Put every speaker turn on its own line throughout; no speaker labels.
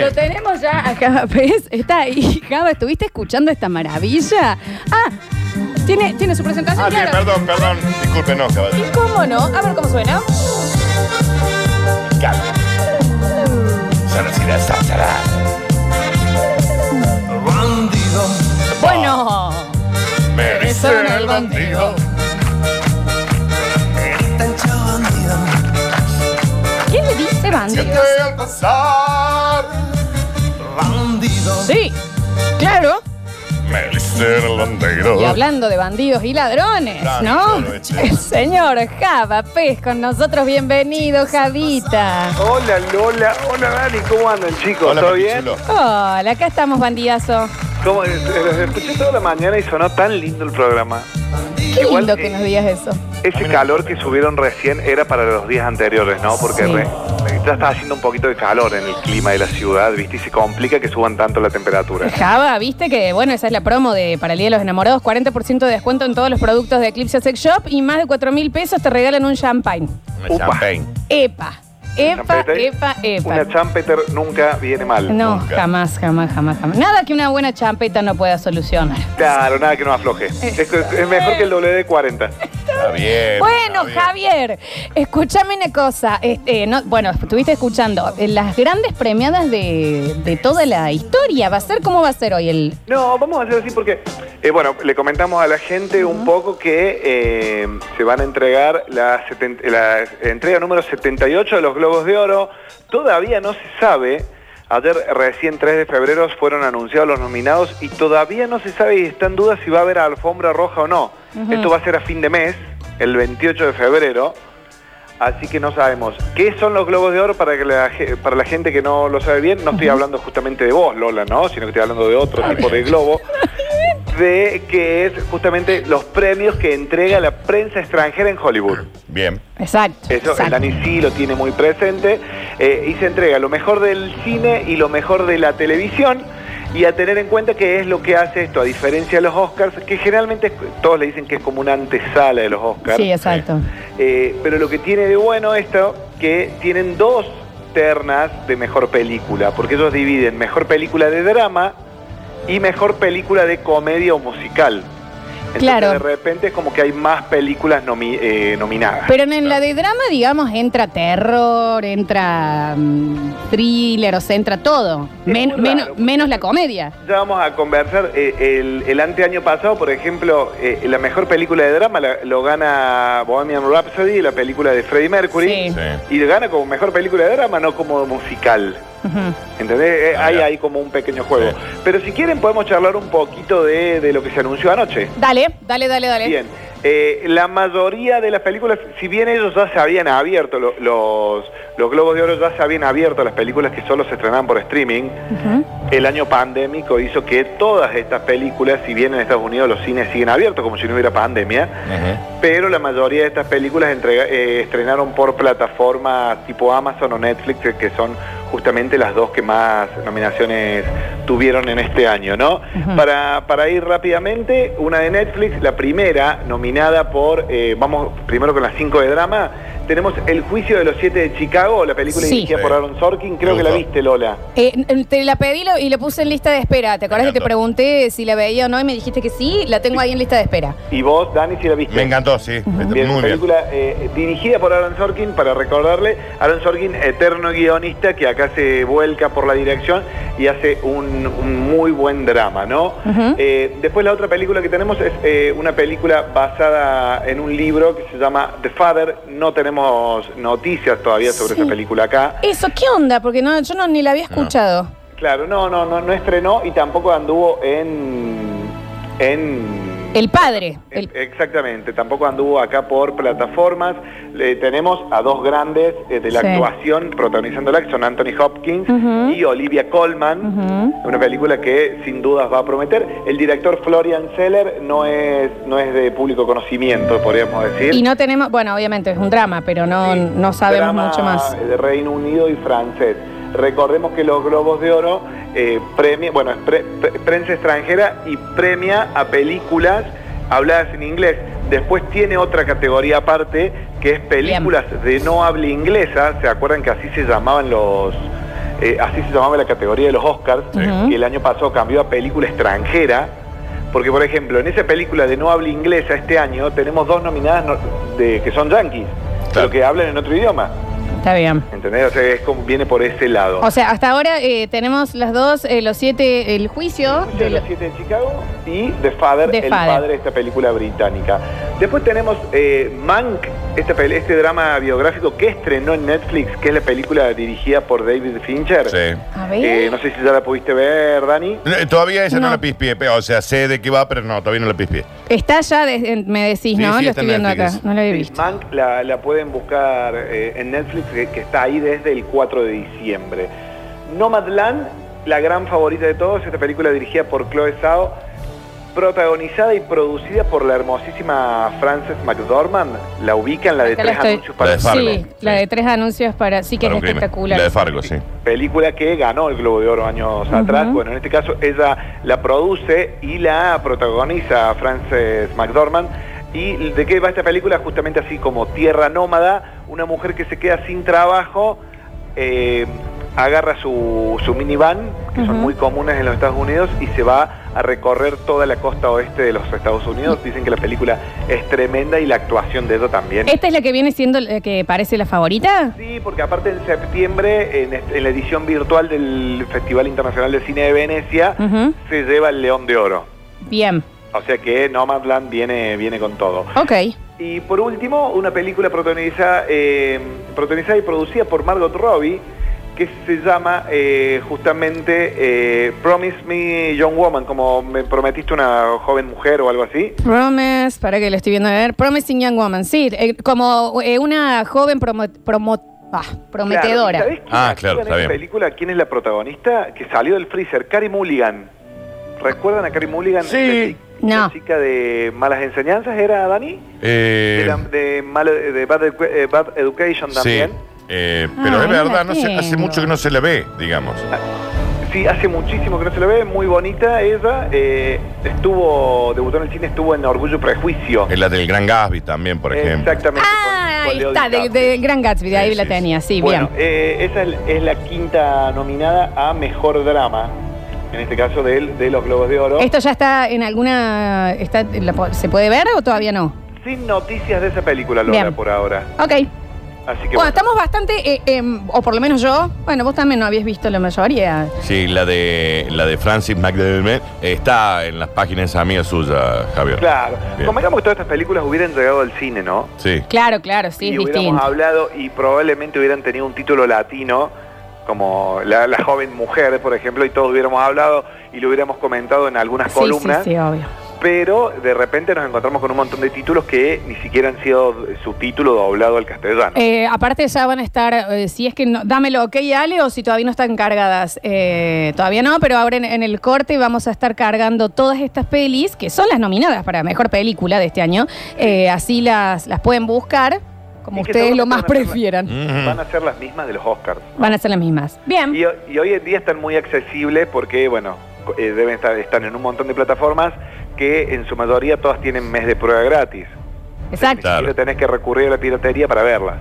Lo tenemos ya a Java Pérez. Está ahí. Java, ¿estuviste escuchando esta maravilla? Ah, tiene, tiene su presentación.
Ah, sí,
claro.
perdón, perdón. Discúlpenos,
¿Y
caballero.
cómo no? A ver cómo suena.
Calma. Sanacida, sanzará.
Bandido,
Bueno.
Me dicen el bandido.
está hecho bandido.
¿Quién le dice
Siente
bandido?
al pasar.
Bandido,
Sí, claro.
Me dicen el
Y
bandido.
hablando de bandidos y ladrones, ¿no?
Claro, este.
El señor Java Pez con nosotros. Bienvenido, Javita.
Hola Lola, hola Dani, ¿cómo andan chicos?
Hola,
¿Todo
Pepe
bien?
Chulo.
Hola, acá estamos, bandidazo.
¿Cómo? Eh, Los escuché toda la mañana y sonó tan lindo el programa.
Qué
Igual,
lindo que
eh,
nos digas eso.
Ese calor que subieron recién era para los días anteriores, ¿no? Porque
Sí.
re- ya está haciendo un poquito de calor en el clima de la ciudad, ¿viste? Y se complica que suban tanto la temperatura.
Java, viste que, bueno, esa es la promo de para el Día de los Enamorados, 40% de descuento en todos los productos de Eclipse Sex Shop y más de 4 mil pesos te regalan un champagne.
Un
Upa.
champagne.
Epa, epa,
Champeta, ¿eh?
epa, epa.
Una champeter nunca viene mal.
No,
nunca.
jamás, jamás, jamás, jamás. Nada que una buena champeta no pueda solucionar.
Claro, nada que nos afloje.
Eh,
Es, es mejor que el WD-40.
Está bien.
Bueno,
está bien.
Javier, escúchame una cosa. Este, no, bueno, estuviste escuchando eh, las grandes premiadas de, de toda la historia. ¿Va a ser cómo va a ser hoy el...?
No, vamos a hacer así porque, eh, bueno, le comentamos a la gente un poco que eh, se van a entregar la, seten- la entrega número 78 de los Globos de Oro. Todavía no se sabe. Ayer, recién 3 de febrero, fueron anunciados los nominados y todavía no se sabe y está en duda si va a haber alfombra roja o no. Esto va a ser a fin de mes, el 28 de febrero. Así que no sabemos. ¿Qué son los globos de oro para, que la, ge- para la gente que no lo sabe bien? No estoy hablando justamente de vos, Lola, ¿no? Sino que estoy hablando de otro tipo de globo. De que es justamente los premios que entrega la prensa extranjera en Hollywood.
Bien.
Exacto.
Eso el
exacto.
Dani sí lo tiene muy presente. eh, y se entrega lo mejor del cine y lo mejor de la televisión. Y a tener en cuenta que es lo que hace esto, a diferencia de los Oscars, que generalmente es- todos le dicen que es como una antesala de los Oscars.
Sí, exacto.
Eh, pero lo que tiene de bueno esto, que tienen dos ternas de mejor película, porque ellos dividen mejor película de drama y mejor película de comedia o musical. Entonces,
Claro.
de repente es como que hay más películas nomi- eh, nominadas.
Pero en la de drama, digamos, entra terror, entra mm, thriller, o sea, entra todo.
Es
Men-
muy raro,
menos-
porque-
menos la comedia.
Ya vamos a conversar. eh, el, el anteaño pasado, por ejemplo, eh, la mejor película de drama la- lo gana Bohemian Rhapsody, la película de Freddie Mercury.
Sí.
Sí.
Y gana como mejor película de drama, no como musical.
Ujú.
¿Entendés? Eh,
Ah,
Hay
ya.
ahí como un pequeño juego.
Sí.
Pero si quieren podemos charlar un poquito de, de lo que se anunció anoche.
Dale, dale, dale, dale.
Bien. Eh, la mayoría de las películas, si bien ellos ya se habían abierto, lo- los, los Globos de Oro ya se habían abierto a las películas que solo se estrenaban por streaming,
Ujú.
el año pandémico hizo que todas estas películas, si bien en Estados Unidos los cines siguen abiertos como si no hubiera pandemia,
Ujú.
pero la mayoría de estas películas entrega- eh, estrenaron por plataformas tipo Amazon o Netflix, que- que son justamente las dos que más nominaciones tuvieron en este año, ¿no? para, para ir rápidamente, una de Netflix, la primera nominada por, eh, vamos primero con las cinco de drama, tenemos El Juicio de los Siete de Chicago, la película
Sí.
dirigida
Sí.
por Aaron Sorkin, creo
Me
que la
gustó.
viste, Lola.
Eh, n- te la pedí lo- y la puse en lista de espera. ¿Te acordás
Me
que te
encantó.
pregunté si la veía o no y me dijiste que sí? La tengo ahí en lista de espera.
Y vos, Dani, si la viste.
Me encantó, sí. Está
Bien,
Muy bien.
película eh, dirigida por Aaron Sorkin, para recordarle, Aaron Sorkin, eterno guionista que acá se vuelca por la dirección y hace un, un muy buen drama, ¿no?
Ujú.
Eh, después la otra película que tenemos es eh, una película basada en un libro que se llama The Father. No tenemos noticias todavía sobre
Sí.
esa película acá.
Eso, ¿qué onda? Porque no, yo no, ni la había escuchado.
Claro, no, no, no, no estrenó y tampoco anduvo en... en
El padre.
Eh,
el-
Exactamente, tampoco anduvo acá por plataformas. Le tenemos a dos grandes eh, de la
Sí.
actuación protagonizándola, que son Anthony Hopkins
Ujú.
y Olivia Colman.
Ujú.
Una película que sin dudas va a prometer. El director Florian Zeller no es, no es de público conocimiento, podríamos decir.
Y no tenemos, bueno, obviamente es un drama, pero no, no sabemos
Drama eh.
mucho más.
De Reino Unido y francés. Recordemos que los Globos de Oro eh, premia, bueno, es pre- pre- prensa extranjera y premia a películas habladas en inglés. Después tiene otra categoría aparte que es películas de no habla inglesa. ¿Se acuerdan que así se llamaban los eh, así se llamaba la categoría de los Oscars,
Ujú.
que el año pasado cambió a película extranjera, porque por ejemplo, en esa película de No Habla Inglesa este año tenemos dos nominadas no- de, que son yankees, pero que hablan en otro idioma,
Está bien.
¿entendés? O sea, es como, viene por ese lado.
O sea, hasta ahora eh, tenemos las dos, eh, los siete, el juicio.
Escucha
de lo-
Los Siete de Chicago y The Father,
The
el
Father.
padre de esta película británica. Después tenemos eh, Mank, este, pel- este drama biográfico que estrenó en Netflix, que es la película dirigida por David Fincher.
Sí.
A
Eh,
ver.
no sé si ya la pudiste ver, Dani.
No, eh, Todavía ella no,
No.
la pispié, pe- o sea, sé de qué va, pero no, todavía no la pispié.
Está ya, de- en- me decís,
Sí,
¿no?
sí,
Lo
está
estoy
en
viendo acá.
Netflix.
No lo había
Sí,
visto.
Mank la, la pueden buscar eh, en Netflix, que, que está ahí desde el 4 de diciembre. Nomadland, la gran favorita de todos, esta película dirigida por Chloe Zhao, protagonizada y producida por la hermosísima Frances McDormand. La ubican, la de
Acá la
tres
estoy-
anuncios para
La de Fargo.
Sí, la de tres anuncios para. Sí, que
Para
es
un crimen.
espectacular.
La de Fargo, sí.
película que ganó el Globo de Oro años atrás. Bueno, en este caso ella la produce y la protagoniza Frances McDormand. ¿Y de qué va esta película? Justamente así como Tierra Nómada, una mujer que se queda sin trabajo, eh, agarra su, su minivan, que
Ujú.
son muy comunes en los Estados Unidos, y se va a recorrer toda la costa oeste de los Estados Unidos. Dicen que la película es tremenda y la actuación de ella también.
¿Esta es la que viene siendo la que parece la favorita?
Sí, porque aparte en septiembre, en, est- en la edición virtual del Festival Internacional de Cine de Venecia,
Ujú.
se lleva el León de Oro.
Bien.
O sea que Nomadland viene, viene con todo.
Ok.
Y por último, una película protagonizada, eh, protagonizada y producida por Margot Robbie, que se llama eh, justamente eh, Promise Me Young Woman, como me prometiste una joven mujer o algo así.
Promise, para que lo estoy viendo a ver. Promising Young Woman, sí. eh, como eh, una joven promo- promo- ah, prometedora.
Claro, ¿y ¿Sabés quién
Ah,
actúa
claro,
en
está
esa
bien.
película? ¿Quién es la protagonista? Que salió del freezer, Carrie Mulligan. ¿Recuerdan a Carrie Mulligan?
Sí.
La chi- la
No.
chica de malas enseñanzas, ¿era Dani?
Eh,
De, la- de malo- de bad, Edu- eh, Bad Education
sí.
también.
Eh,
Ah,
pero
ahí
es
la
verdad, no se- hace
tengo.
mucho que no se la ve, digamos.
Sí, hace muchísimo que no se la ve, muy bonita ella. eh, estuvo, debutó en el cine, estuvo en Orgullo y Prejuicio.
Es la del Gran Gatsby también, por ejemplo.
Exactamente.
Ah,
con- con
ahí
Leo
está, de,
DiCaprio.
de Gran Gatsby, de ahí
Sí,
la
sí,
tenía, sí,
Bueno,
bien.
eh, esa es- es la quinta nominada a Mejor Drama, en este caso del- de, los Globos de Oro.
¿Esto ya está en alguna. Está, en la po- ¿Se puede ver o todavía no?
Sin noticias de esa película, Lola,
Bien.
por ahora.
Ok.
Así que
Bueno,
bueno.
estamos bastante, eh, em, o por lo menos yo, bueno, vos también no habías visto la mayoría.
Sí, la de la de Francis McDormand eh, está en las páginas amigas suyas, Javier.
Claro.
Bien.
Convengamos que todas estas películas hubieran llegado al cine, ¿no?
Sí.
Claro, claro, sí,
y
es
hubiéramos
distinto.
hablado y probablemente hubieran tenido un título latino, como la, La joven mujer, por ejemplo, y todos hubiéramos hablado y lo hubiéramos comentado en algunas
Sí, sí,
columnas.
sí, obvio.
Pero de repente nos encontramos con un montón de títulos que ni siquiera han sido su título doblado al castellano.
Eh, aparte ya van a estar, eh, si es que no, dámelo ok, Ale, o si todavía no están cargadas. Eh, todavía no, pero ahora en, en el corte vamos a estar cargando todas estas pelis, que son las nominadas para Mejor Película de este año. Eh, así las, las pueden buscar, como
Y que
ustedes lo más
seguramente van a hacer la-
prefieran.
Mm.
Van a ser las mismas de los Oscars.
Van a ser las mismas. Bien.
Y, ho- y hoy en día están muy accesibles porque, bueno, co- eh, deben estar están en un montón de plataformas que en su mayoría todas tienen mes de prueba gratis.
Exacto.
Claro.
Pero tenés que recurrir a la piratería para verlas.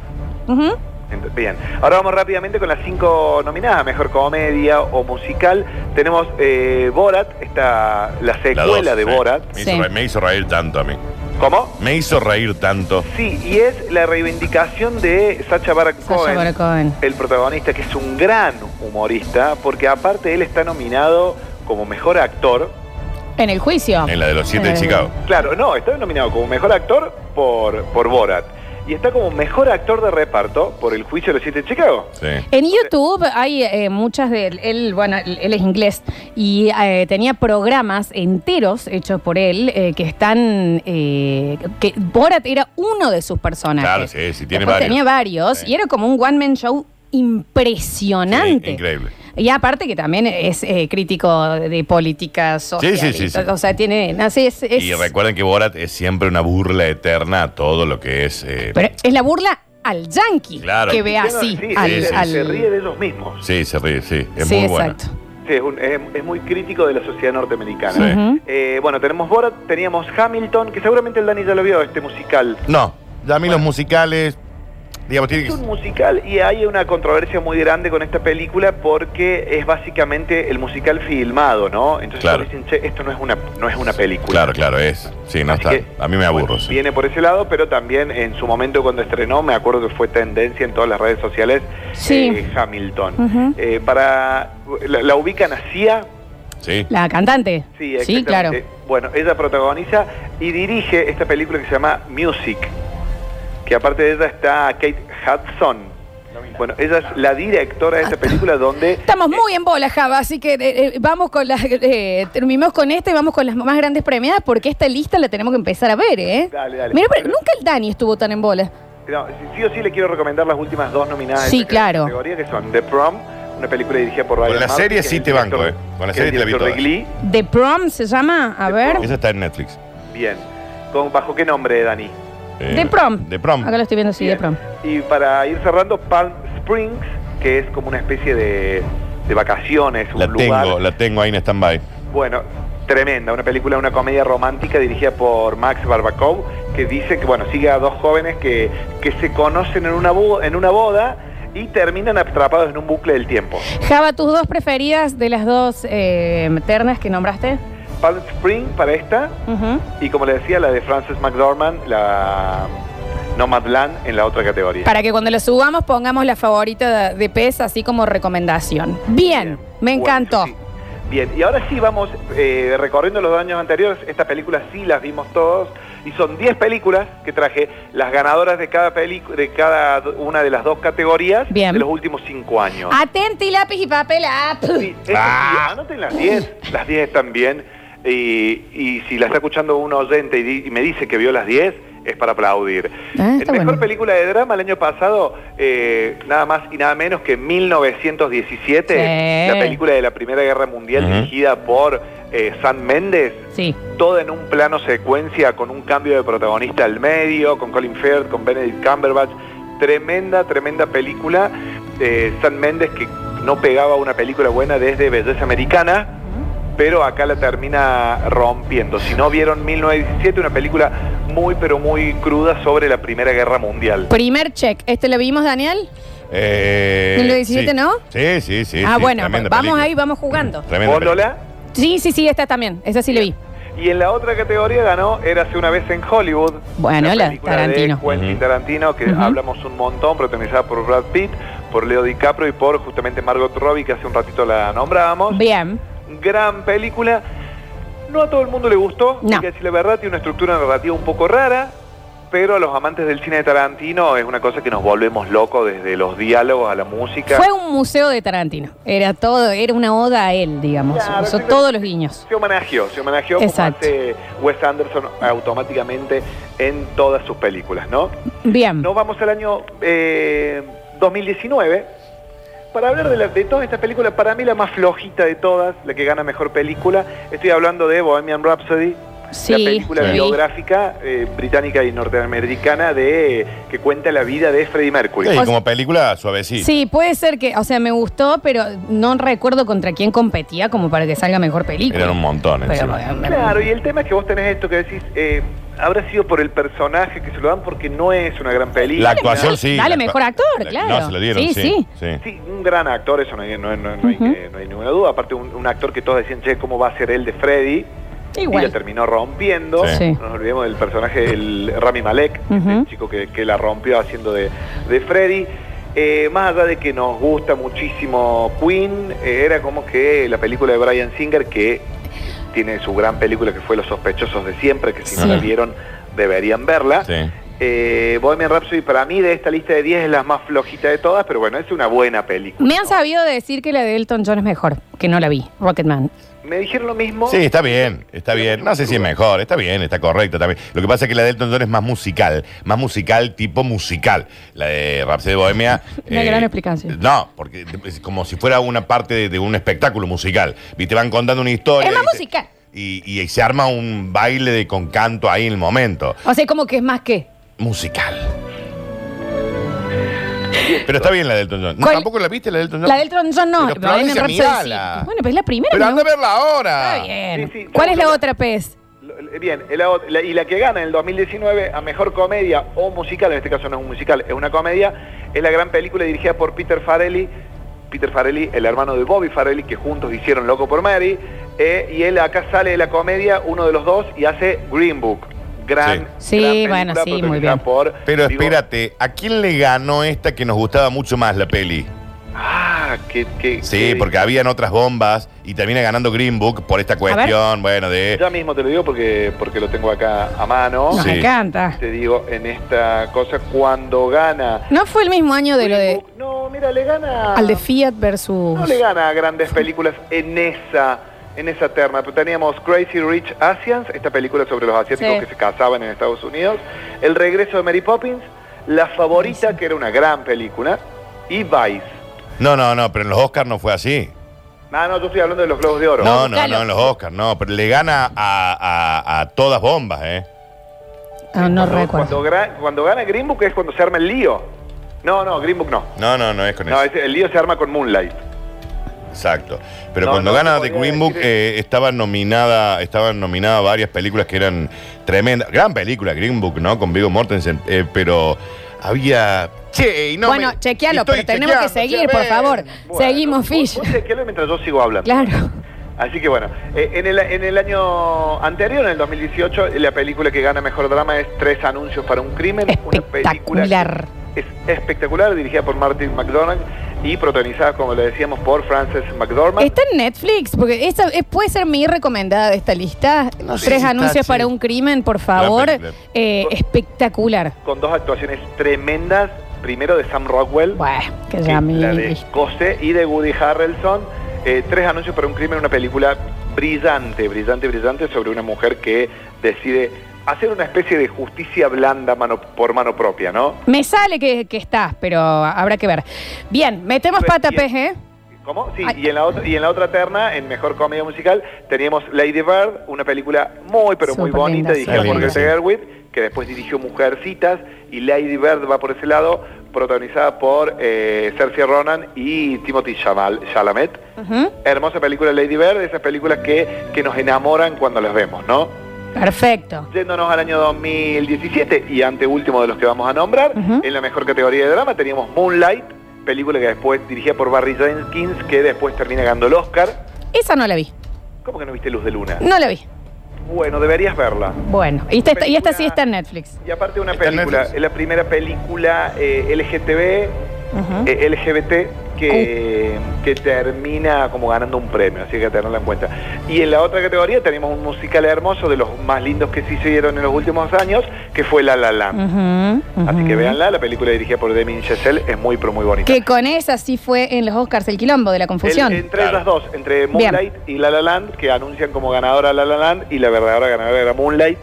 Ujú.
Ent- Bien, ahora vamos rápidamente con las cinco nominadas, mejor comedia o musical. Tenemos eh, Borat, esta, la
La
secuela
dos,
de
sí.
Borat.
Me, hizo,
Sí.
re- me hizo reír tanto a mí.
¿Cómo?
Me hizo reír tanto.
Sí, y es la reivindicación de Sacha Baron
Sacha
Cohen.
Baron Cohen.
el protagonista, que es un gran humorista, porque aparte él está nominado como mejor actor.
En el juicio.
En la de los siete de
Eh,
Chicago.
Claro, no, está nominado como mejor actor por, por Borat. Y está como mejor actor de reparto por el juicio de los siete en Chicago.
Sí.
En YouTube hay eh, muchas de él, él, bueno, él es inglés y eh, tenía programas enteros hechos por él eh, que están, eh, que Borat era uno de sus personajes.
Claro, sí, sí, tiene
Después
varios.
Tenía varios
Sí.
y era como un one-man show impresionante.
Sí, increíble.
Y aparte que también es eh, crítico de política social.
sí, sí,
y
sí.
todo, O sea, tiene, no, sí, es, es-
Y recuerden que Borat es siempre una burla eterna a todo lo que es. eh,
pero es la burla al yankee
Claro.
que ve
Ya no-
así.
sí,
Ah, al,
se,
al-
se ríe de ellos mismos.
Sí, se ríe, sí. Es
Sí,
muy bueno.
exacto.
Sí, es, un- es- es muy crítico de la sociedad norteamericana.
Sí.
Ujú.
Eh, bueno, tenemos Borat, teníamos Hamilton, que seguramente el Dani ya lo vio, este musical.
No, ya a mí los musicales. Digamos, tiene
Es un
que-
musical y hay una controversia muy grande con esta película porque es básicamente el musical filmado, ¿no? Entonces
Claro.
dicen, che, esto no es una, no es una película.
Claro, claro, es. Sí, no
Así
está.
que,
A mí me aburro.
bueno,
sí.
Viene por ese lado, pero también en su momento cuando estrenó, me acuerdo que fue tendencia en todas las redes sociales,
Sí.
eh, Hamilton.
Ujú.
Eh, para la, la ubican a Sia,
Sí.
La cantante.
sí,
sí, claro.
exactamente. Bueno, ella protagoniza y dirige esta película que se llama Music, que aparte de ella está Kate Hudson. Bueno, ella es la directora de esta película donde
Estamos muy en bola, Java, así que eh, eh, vamos con las. eh, terminamos con esta y vamos con las más grandes premiadas porque esta lista la tenemos que empezar a ver, ¿eh?
Dale, dale.
Mira, pero nunca el Dani estuvo tan en bola.
No, sí- sí o sí le quiero recomendar las últimas dos nominadas
Sí,
de esta
claro.
categoría, que son The Prom, una película dirigida por Ryan
la
Murphy,
serie
que es
sí
el
te banco,
director-
eh. Con la
que es
serie
el
te la vi
director de
toda.
Glee,
The Prom se llama, a
The
ver.
Prom.
Esa está en Netflix.
bien. ¿Con, ¿Bajo qué nombre, Dani?
Eh,
The Prom.
De prom.
Acá lo estoy viendo, sí,
Bien.
The Prom.
Y para ir cerrando, Palm Springs, que es como una especie de, de vacaciones, un
La
lugar.
tengo, la tengo ahí en stand-by.
Bueno, tremenda, una película, una comedia romántica dirigida por Max Barbakov, que dice que, bueno, sigue a dos jóvenes que, que se conocen en una, bo- en una boda y terminan atrapados en un bucle del tiempo.
Java, tus dos preferidas de las dos eh, ternas que nombraste.
Palm Spring para esta,
Ujú.
y como le decía, la de Frances McDormand, la Nomadland en la otra categoría.
Para que cuando lo subamos pongamos la favorita de, de pez así como recomendación. Bien, me
Bueno,
encantó.
eso sí. Bien, y ahora sí vamos eh, recorriendo los años anteriores. Estas películas sí las vimos todos. Y son 10 películas que traje, las ganadoras de cada pelicu- de cada do- una de las dos categorías
Bien.
de los últimos 5 años.
Atenti, lápiz y papel. ah, pf.
Sí, esas sí,
Ah.
anoten las 10, las 10 también. Y, y si la está escuchando un oyente y, di- y me dice que vio las 10, es para aplaudir.
Ah,
En
está
mejor
bueno.
película de drama el año pasado, eh, nada más y nada menos que 1917,
Sí.
la película de la Primera Guerra Mundial
Ujú.
dirigida por eh, San Méndez,
Sí.
toda en un plano secuencia con un cambio de protagonista al medio, con Colin Firth, con Benedict Cumberbatch. Tremenda, tremenda película. Eh, San Méndez que no pegaba una película buena desde Belleza Americana, pero acá la termina rompiendo. Si no vieron 1917, una película muy, pero muy cruda sobre la Primera Guerra Mundial.
Primer check. ¿Este lo vimos, Daniel?
Eh,
¿En el 17
sí.
no?
Sí, sí, sí.
ah,
sí,
bueno, pues
tremenda
vamos
película.
ahí, vamos jugando.
Tremenda
Góndola.
Sí, sí, sí, esta también. Esa sí la vi.
Y en la otra categoría ganó Érase una vez en Hollywood.
Bueno,
Una
la
película
Tarantino.
De Quentin
Ujú.
Tarantino, que
Ujú.
hablamos un montón, protagonizada por Brad Pitt, por Leo DiCaprio y por justamente Margot Robbie, que hace un ratito la nombrábamos.
Bien.
Gran película. No a todo el mundo le gustó,
No.
hay que decir la verdad, tiene una estructura narrativa un poco rara, pero a los amantes del cine de Tarantino es una cosa que nos volvemos locos desde los diálogos a la música.
Fue un museo de Tarantino. Era todo, era una oda a él, digamos.
Claro,
Usó
sí,
todos los guiños.
Se homenajeó, se homenajeó como
Exacto.
hace Wes Anderson automáticamente en todas sus películas, ¿no?
Bien.
Nos vamos al año eh, 2019 para hablar de, la- de todas estas películas. Para mí la más flojita de todas, la que gana mejor película, estoy hablando de Bohemian Rhapsody,
Sí,
la película
sí.
biográfica eh, británica y norteamericana de que cuenta la vida de Freddie Mercury.
película. Sí,
O-
como película suavecita.
Sí, puede ser que, o sea, me gustó, pero no recuerdo contra quién competía como para que salga mejor película.
Eran un montón
Pero,
encima.
eh,
Claro, y el tema es que vos tenés esto que decís, eh, habrá sido por el personaje que se lo dan porque no es una gran
La
película.
actuación sí.
Dale,
la
mejor
actua-
actor,
la-
claro.
No, se lo dieron,
Sí,
sí.
sí.
Sí, un gran actor, eso no hay, no hay- no hay- no hay
Ujú.
que- no hay ninguna duda. Aparte, un, un actor que todos decían, che, ¿cómo va a ser él de Freddy? Y la
Igual.
terminó rompiendo.
Sí.
Sí.
No nos olvidemos del personaje, el Rami Malek, que es
Ujú.
el chico que, que la rompió haciendo de, de Freddy. Eh, más allá de que nos gusta muchísimo Queen, eh, era como que la película de Brian Singer, que tiene su gran película que fue Los sospechosos de siempre, que si
Sí.
no la vieron deberían verla.
Sí.
Eh, Bohemian Rhapsody para mí de esta lista de 10 es la más flojita de todas, pero bueno, es una buena película.
Me han
¿no?
sabido decir que la de Elton John es mejor, que no la vi, Rocketman.
Me dijeron lo mismo.
Sí, está bien, está bien. No sé si es mejor, está bien, está correcto también. Lo que pasa es que la de Elton John es más musical, más musical, tipo musical. La de Rhapsody Bohemia. eh,
Una gran explicación.
No, porque es como si fuera una parte de, de un espectáculo musical. Y te van contando una historia.
Es más
y te-
musical.
Y, y se arma un baile de, con canto ahí en el momento.
O sea, como que es más que.
Musical. Pero está bien la de Elton John. No,
¿Cuál?
¿Tampoco la viste la de Elton John?
La de Elton John no,
Pero
Bohemian
Florencia,
Rhapsody sí.
mírala.
Bueno, pero es la primera.
Pero
me
anda a verla
gusta
ahora.
bien.
Sí, sí,
¿Cuál es la
yo-
otra pez?
Lo- bien, el la ot- la- y la que gana en el 2019 a mejor comedia o musical, en este caso no es un musical, es una comedia, es la gran película dirigida por Peter Farelli. Peter Farelli, el hermano de Bobby Farelli, que juntos hicieron Loco por Mary. eh, y él acá sale de la comedia, uno de los dos, y hace Green Book.
Sí.
Gran. gran
Sí,
película
bueno, sí, muy
protagonizada
bien.
por-
Pero
digo,
espérate, ¿a quién le ganó esta que nos gustaba mucho más la peli?
Ah, que. que-
Sí,
que-
porque habían otras bombas y termina ganando Green Book por esta cuestión, bueno, de...
Ya mismo te lo digo porque, porque lo tengo acá a mano.
Nos
Sí.
encanta.
Te digo, en esta cosa, cuando gana.
No fue el mismo año de lo de.
Facebook, No, mira, le gana.
Al de Fiat versus.
No le gana a grandes películas en esa, en esa terna. Pero teníamos Crazy Rich Asians, esta película sobre los asiáticos
Sí.
que se casaban en Estados Unidos. El regreso de Mary Poppins, La Favorita, que era una gran película. Y Vice. Ah,
No, no, no, pero en los Oscars no fue así.
No, no, yo estoy hablando de los Globos de Oro.
No, no,
buscalo.
no, en los Oscars, no, pero le gana a, a- a todas bombas, ¿eh?
Ah, no
Cuando-
recuerdo.
Cuando, gra- cuando gana Green Book es cuando se arma el lío. No, no, Green Book no.
No, no, no es con
No,
eso.
es- el lío se arma con Moonlight.
Exacto. Pero
No,
cuando
no,
gana
no
The
podría
Green Book
decir
eh, estaba nominada, estaban nominadas varias películas que eran tremendas. Gran película, Green Book, ¿no? Con Vigo Mortensen. eh, pero había. Che, y no.
bueno,
me-
chequealo,
estoy
pero tenemos que
chequeando,
seguir,
che,
por
ven.
favor.
Bueno,
Seguimos,
vos-
Fish.
vos chequealo mientras yo sigo hablando.
Claro.
Así que bueno, eh, en, el, en el año anterior, en el 2018, la película que gana mejor drama es Tres anuncios para un crimen. Una película
Espectacular.
que es espectacular, dirigida por Martin McDonagh y protagonizada, como le decíamos, por Frances McDormand.
Está en Netflix, porque esa es- puede ser mi recomendada de esta lista.
No sé
Tres
si está,
anuncios
sí.
para un crimen, por favor.
película.
Eh, espectacular.
Con dos actuaciones tremendas. Primero de Sam Rockwell.
Bueno, que
Sí,
ya me-
la de Cose y de Woody Harrelson. Eh, tres anuncios para un crimen, una película brillante, brillante, brillante sobre una mujer que decide hacer una especie de justicia blanda mano, por mano propia, ¿no?
Me sale que, que está, pero habrá que ver. Bien, metemos
Pues,
pata,
bien.
pez, ¿eh?
¿Cómo? Sí,
Ay.
y en, la otra, y en la otra terna, en Mejor Comedia Musical, teníamos Lady Bird, una película muy, pero muy
Súper linda,
bonita, dirigida
sí.
por
Linda,
Greta
sí.
Gerwig, que después dirigió Mujercitas, y Lady Bird va por ese lado, protagonizada por eh, Saoirse Ronan y Timothy Chamal- Chalamet.
Ujú.
Hermosa película Lady Bird, esas películas que, que nos enamoran cuando las vemos, ¿no?
Perfecto.
Yéndonos al año 2017 y anteúltimo de los que vamos a nombrar,
Ujú.
en la mejor categoría de drama teníamos Moonlight, película que después dirigida por Barry Jenkins, que después termina ganando el Oscar.
Esa no la vi.
¿Cómo que no viste Luz de Luna?
No la vi.
Bueno, deberías verla.
Bueno, y esta, y esta sí
Película-
está en Netflix.
Y aparte una
Está en
película,
Netflix.
es la primera película eh, LGTB
Ujú.
eh, LGBT que,
Uh.
que termina como ganando un premio, así que hay que tenerla en cuenta. Y en la otra categoría tenemos un musical hermoso de los más lindos que se hicieron en los últimos años, que fue La La Land.
Ujú,
Así que
ujú.
véanla, la película dirigida por Demi Chazelle es muy, pero muy bonita.
Que con esa sí fue en los Oscars el quilombo de la
El-
confusión.
entre
Claro.
las dos, entre
Bien.
Moonlight y La La Land, que anuncian como ganadora a La La Land y la verdadera ganadora era Moonlight,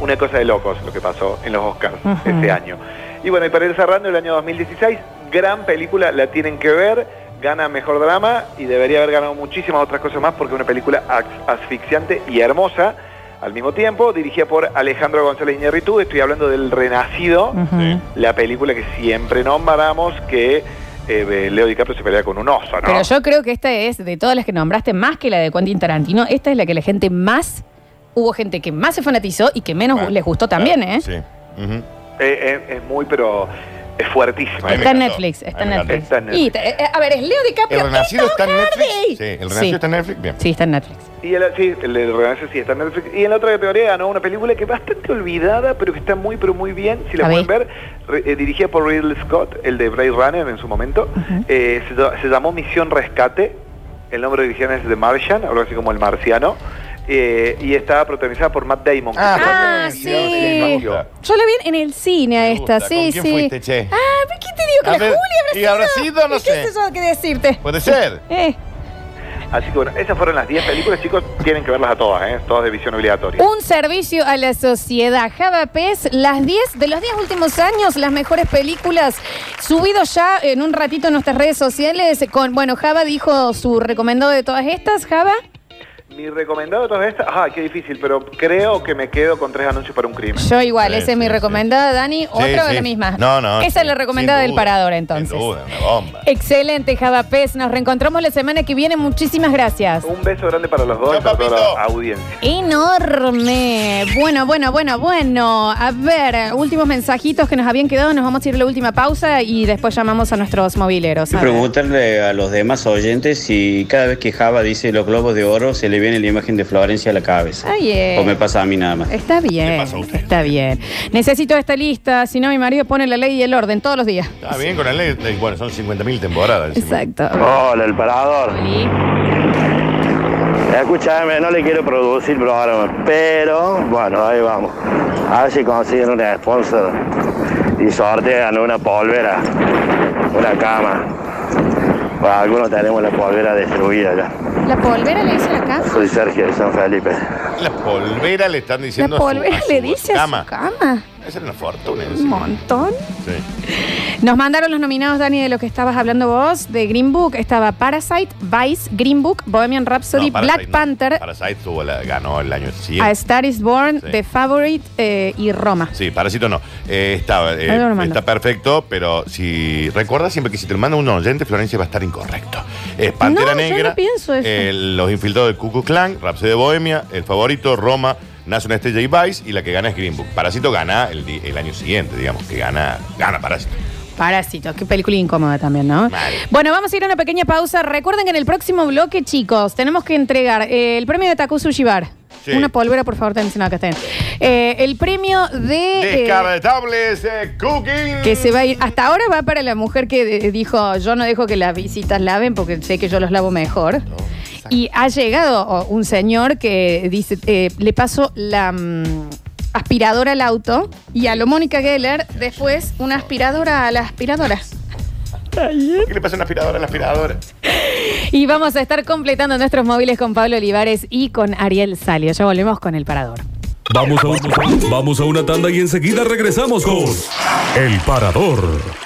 una cosa de locos lo que pasó en los Oscars
Ujú.
este año. Y bueno, y para ir cerrando el año 2016, gran película, la tienen que ver, gana mejor drama y debería haber ganado muchísimas otras cosas más porque es una película as- asfixiante y hermosa. Al mismo tiempo, dirigida por Alejandro González Iñárritu, estoy hablando del Renacido,
Ujú.
Sí.
la película que siempre nombramos que eh, Leo DiCaprio se pelea con un oso, ¿no?
Pero yo creo que esta es, de todas las que nombraste, más que la de Quentin Tarantino, esta es la que la gente más, hubo gente que más se fanatizó y que menos
Bueno,
les gustó
claro,
también, ¿eh?
Ah, Sí. Ujú.
Eh, eh, es muy, pero es fuertísima.
Ahí
Está
me
en
encantó.
Netflix, está
Ahí
en
me encantó.
Netflix.
Está en Netflix.
Y, eh, eh, a ver, es Leo DiCaprio.
¿El Renacido
es
está
Tom
en Netflix?
Hardy.
Sí, el Renacido
Sí.
está en Netflix, bien.
Sí, está en Netflix.
Y el, sí, el del Renacer sí está en Netflix. Y en la otra categoría ganó una película que bastante olvidada, pero que está muy, pero muy bien. Si la
A
pueden ver, re- eh, dirigida por Ridley Scott, el de Blade Runner en su momento. Eh, se, ll- se llamó Misión Rescate. El nombre de origen es The Martian, algo así como El Marciano. Eh, y está protagonizada por Matt Damon. que
Ah,
se llama
Ah,
en el
sí.
video de
Me
Lego.
gusta.
Yo la vi en el cine a
Me
esta,
gusta. ¿Con
sí,
quién
sí.
fuiste, che?
Ah, ¿pero ¿qué te digo? Que
A
la
ver,
Julia
¿y habrá
habrá
sido? No
¿Y
sé. Pues,
¿Qué sé yo qué decirte?
Puede ser.
Eh,
Así que bueno, esas fueron las 10 películas, chicos. Tienen que verlas a todas, ¿eh? Todas de visión obligatoria.
un servicio a la sociedad. Java Pes, las 10 de los 10 últimos años, las mejores películas. Subido ya en un ratito en nuestras redes sociales. con Bueno, Java dijo su recomendado de todas estas. Java,
Mi recomendado otra vez, ah, qué difícil, pero creo que me quedo con tres anuncios para un crimen.
Yo igual,
Sí,
esa es
sí,
mi
sí.
recomendada, Dani. Otra
Sí,
de
sí.
la misma.
No, no.
Esa es la
sin-
recomendada
sin
del
duda,
parador, entonces.
Sin duda, una bomba.
Excelente, Java Pez. Nos reencontramos la semana que viene. Muchísimas gracias.
Un beso grande para los dos
Chao,
y para toda la
papito.
audiencia.
Enorme. Bueno, bueno, bueno, bueno. A ver, últimos mensajitos que nos habían quedado. Nos vamos a ir a la última pausa y después llamamos a nuestros mobileros.
Yo
A ver.
preguntarle a los demás oyentes si cada vez que Java dice los globos de oro se le viene la imagen de Florencia a la cabeza.
Ay, eh.
O me pasa a mí nada más.
Está bien.
Le pasa a usted.
Está bien. Necesito esta lista. Si no, mi marido pone la ley y el orden todos los días.
Está bien con la ley. ley- Bueno, son 50.000 temporadas. encima.
Exacto.
Hola, el parador. Escúchame, no le quiero producir programa, pero bueno, ahí vamos. A ver si consiguen un sponsor y sortean una polvera, una cama. Bueno, algunos tenemos la polvera destruida ya.
La polvera le dice acá.
Soy Sergio de San Felipe.
La polvera le están
La
diciendo. a su-
polvera
a su
le dice a su cama.
Esa era una fortuna.
Un
encima.
montón.
Sí.
Nos mandaron los nominados, Dani, de lo que estabas hablando vos, de Green Book. Estaba Parasite, Vice, Green Book, Bohemian Rhapsody,
No, Parasite
Black
no.
Panther, Ah,
Parasite tuvo la- ganó el año
A
siguiente.
Star is Born,
Sí.
The Favorite eh, y Roma.
Sí, Parasito no. Eh, está, eh,
Ahí lo mando.
está perfecto, pero si recuerdas siempre que si te lo manda un oyente, Florencia va a estar incorrecto. Eh, Pantera
No, yo
Negra,
no pienso eso.
eh, Los Infiltrados de Cuckoo Clan, Rhapsody de Bohemia, El Favorito, Roma, Nace una Estrella y Vice, y la que gana es Green Book. Parasito gana el, di- el año siguiente, digamos, que gana, gana Parasito.
Parásitos, qué película incómoda también, ¿no?
Mal.
Bueno, vamos a ir a una pequeña pausa. Recuerden que en el próximo bloque, chicos, tenemos que entregar eh, el premio de Taku Sushi Bar.
Sí.
Una polvera, por favor, también, si no, acá estén. Eh, el premio de... eh,
Descartables eh, Cooking.
que se va a ir. Hasta ahora va para la mujer que de- dijo: Yo no dejo que las visitas laven porque sé que yo los lavo mejor. y ha llegado oh, un señor que dice: eh, Le paso la mm, aspiradora al auto y a lo Mónica Geller, después una aspiradora a la aspiradora.
¿Qué le pasa a una aspiradora a la aspiradora?
Y vamos a estar completando nuestros móviles con Pablo Olivares y con Ariel Salio. Ya volvemos con el parador.
Vamos a, un- vamos a una tanda y enseguida regresamos con El Parador.